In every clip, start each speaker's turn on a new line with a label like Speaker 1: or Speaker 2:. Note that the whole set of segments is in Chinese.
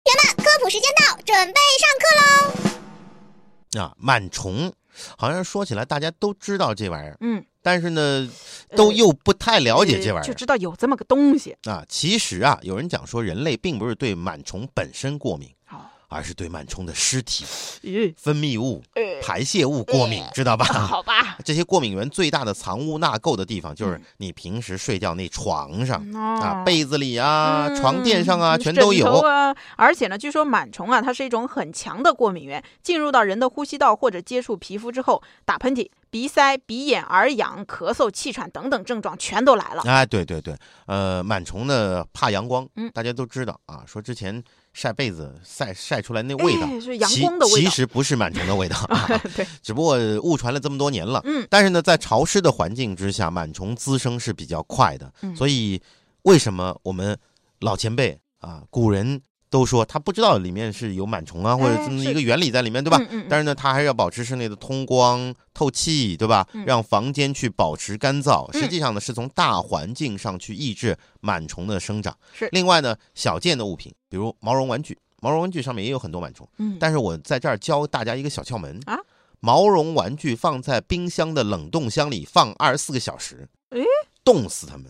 Speaker 1: 学们，科普时间到，准备上课喽！
Speaker 2: 啊，螨虫，好像说起来大家都知道这玩意儿，
Speaker 3: 嗯，
Speaker 2: 但是呢，都又不太了解
Speaker 3: 呃
Speaker 2: 这玩意
Speaker 3: 就
Speaker 2: 儿、
Speaker 3: 知道有这么个东西。
Speaker 2: 啊。其实啊，有人讲说人类并不是对螨虫本身过敏，
Speaker 3: 哦，
Speaker 2: 而是对螨虫的尸体、
Speaker 3: 咦，
Speaker 2: 分泌物、
Speaker 3: 呃，
Speaker 2: 排泄物过敏，知道吧？
Speaker 3: 好吧，嗯
Speaker 2: 这些过敏源最大的藏污纳垢的地方，就是你平时睡觉那床上、啊、
Speaker 3: 哦
Speaker 2: 被子里啊、
Speaker 3: 嗯
Speaker 2: 床垫上啊，
Speaker 3: 嗯
Speaker 2: 全都
Speaker 3: 枕头
Speaker 2: 有。
Speaker 3: 啊。而且呢，据说螨虫啊，它是一种很强的过敏源，进入到人的呼吸道或者接触皮肤之后，打喷嚏、鼻塞、鼻炎、耳痒、咳嗽、气喘等等症状全都来了。
Speaker 2: 哎，对对对，呃，螨虫呢怕阳光，
Speaker 3: 嗯
Speaker 2: 大家都知道啊。说之前晒被子晒晒出来那味道，
Speaker 3: 哎是阳光的味
Speaker 2: 其，
Speaker 3: 道
Speaker 2: 其实不是螨虫的味 道、啊
Speaker 3: 对，
Speaker 2: 只不过误传了这么多年了。
Speaker 3: 嗯，
Speaker 2: 但是呢，在潮湿的环境之下，螨虫滋生是比较快的，
Speaker 3: 嗯
Speaker 2: 所以为什么我们老前辈啊、古人都说他不知道里面是有螨虫啊，或者
Speaker 3: 哎
Speaker 2: 这么
Speaker 3: 是
Speaker 2: 一个原理在里面，对吧？
Speaker 3: 嗯嗯嗯
Speaker 2: 但是呢，它还是要保持室内的通光透气，对吧？
Speaker 3: 嗯
Speaker 2: 让房间去保持干燥。
Speaker 3: 嗯
Speaker 2: 实际上呢，是从大环境上去抑制螨虫的生长。
Speaker 3: 是
Speaker 2: 另外呢，小件的物品，比如毛绒玩具，毛绒玩具上面也有很多螨虫。
Speaker 3: 嗯，
Speaker 2: 但是我在这儿教大家一个小窍门
Speaker 3: 啊，
Speaker 2: 毛绒玩具放在冰箱的冷冻箱里放二十四个小时，
Speaker 3: 诶
Speaker 2: 冻死它们。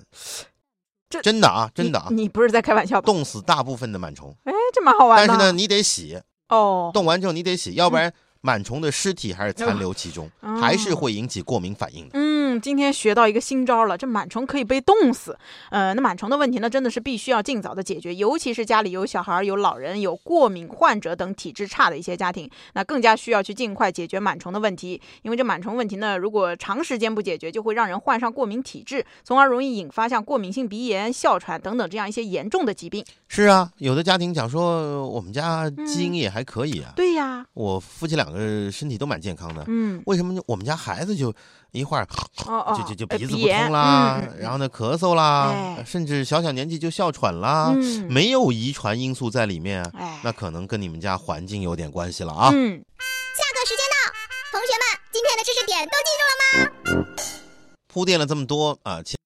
Speaker 3: 这
Speaker 2: 真的啊，真的啊，
Speaker 3: 你你不是在开玩笑吧？
Speaker 2: 冻死大部分的螨虫。
Speaker 3: 哎，这蛮好玩
Speaker 2: 但
Speaker 3: 的。
Speaker 2: 是呢，，你得洗，
Speaker 3: 哦，
Speaker 2: 冻完之后你得洗，要不然螨虫的尸体还是残留其中，
Speaker 3: 嗯哦
Speaker 2: 还是会引起过敏反应的。
Speaker 3: 嗯，今天学到一个新招了，这螨虫可以被冻死。呃，那螨虫的问题呢，真的是必须要尽早的解决，尤其是家里有小孩儿、有老人、有过敏患者等体质差的一些家庭，那更加需要去尽快解决螨虫的问题。因为这螨虫问题呢，如果长时间不解决，就会让人患上过敏体质，从而容易引发像过敏性鼻炎、哮喘等等这样一些严重的疾病。
Speaker 2: 是啊，有的家庭讲说我们家
Speaker 3: 嗯
Speaker 2: 基因也还可以啊，
Speaker 3: 对呀，
Speaker 2: 我夫妻两个身体都蛮健康的，
Speaker 3: 嗯，
Speaker 2: 为什么我们家孩子就一会儿
Speaker 3: 哦哦，
Speaker 2: 就就就
Speaker 3: 呃
Speaker 2: 鼻子不
Speaker 3: 炎
Speaker 2: 通啦
Speaker 3: 嗯嗯，嗯
Speaker 2: 然后呢咳嗽啦
Speaker 3: 哎，
Speaker 2: 甚至小小年纪就哮喘啦，
Speaker 3: 嗯
Speaker 2: 啊没有遗传因素在里面，啊
Speaker 3: 哎，
Speaker 2: 那可能跟你们家环境有点关系了啊。
Speaker 1: 下
Speaker 3: 嗯。
Speaker 1: 课时间到，同学们，今天的知识点都记住了吗？
Speaker 2: 铺垫了这么多啊，前